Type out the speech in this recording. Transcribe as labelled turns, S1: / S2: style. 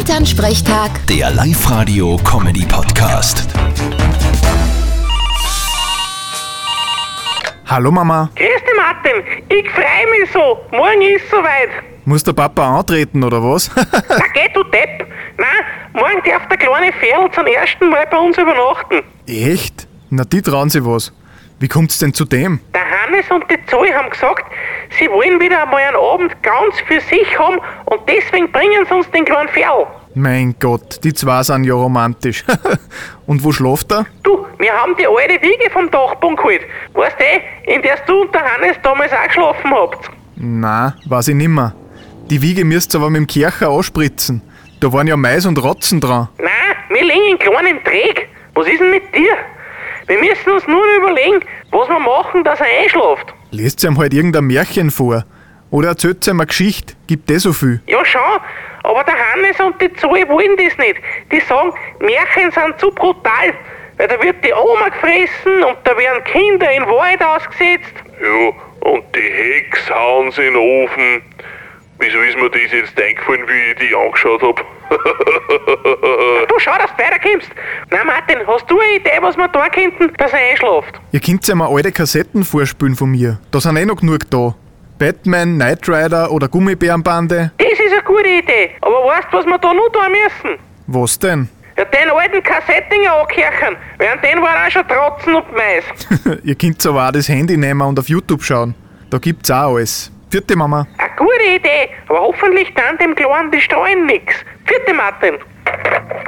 S1: Elternsprechtag,
S2: Der Live-Radio-Comedy-Podcast.
S3: Hallo Mama,
S4: Grüß dich, Martin. Ich freue mich so. Morgen ist soweit.
S3: muss der Papa antreten oder was?
S4: Na geh, du Depp. Nein, morgen darf der kleine Ferl zum ersten Mal bei uns übernachten.
S3: Echt? Na, die trauen sich was. Wie kommt's denn zu dem?
S4: Der Hannes und die Zoe haben gesagt, sie wollen wieder einmal einen Abend ganz für sich haben und deswegen bringen sie uns den kleinen Ferl.
S3: Mein Gott, die zwei sind ja romantisch. Und wo schläft er?
S4: Du, wir haben die alte Wiege vom Dachboden geholt. Weißt du, in der du und der Hannes damals auch geschlafen habt.
S3: Na, weiß ich nimmer. Die Wiege müsst aber mit dem Kercher anspritzen. Da waren ja Mais und Rotzen dran.
S4: Nein, wir liegen in kleinem Dreck. Was ist denn mit dir? Wir müssen uns nur überlegen, was wir machen, dass er einschläft.
S3: Lest ihm halt irgendein Märchen vor. Oder erzählt ihm eine Geschichte. Gibt eh so viel.
S4: Ja, schon, aber der Hannes und die Zoe wollen das nicht. Die sagen, Märchen sind zu brutal, weil da wird die Oma gefressen und da werden Kinder in den Wald ausgesetzt.
S5: Ja, und die Hex hauen sie in den Ofen. Wieso ist mir das jetzt eingefallen, wie ich die angeschaut hab?
S4: Du schau, dass du weiterkommst. Na, Martin, hast du eine Idee, was wir da könnten, dass er einschläft?
S3: Ihr könnt ihm alte Kassetten vorspielen von mir. Da sind eh noch genug da. Batman, Knight Rider oder Gummibärenbande.
S4: Das ist eine gute Idee, aber weißt du, was wir da noch tun müssen?
S3: Was denn?
S4: Ja, den alten Kassettinger ankirchen, während den war auch schon Trotzen und Mais.
S3: Ihr könnt aber auch das Handy nehmen und auf YouTube schauen. Da gibt's auch alles. Vierte Mama.
S4: Eine gute Idee, aber hoffentlich dann dem Kleinen die Streuen nix. Vierte Martin.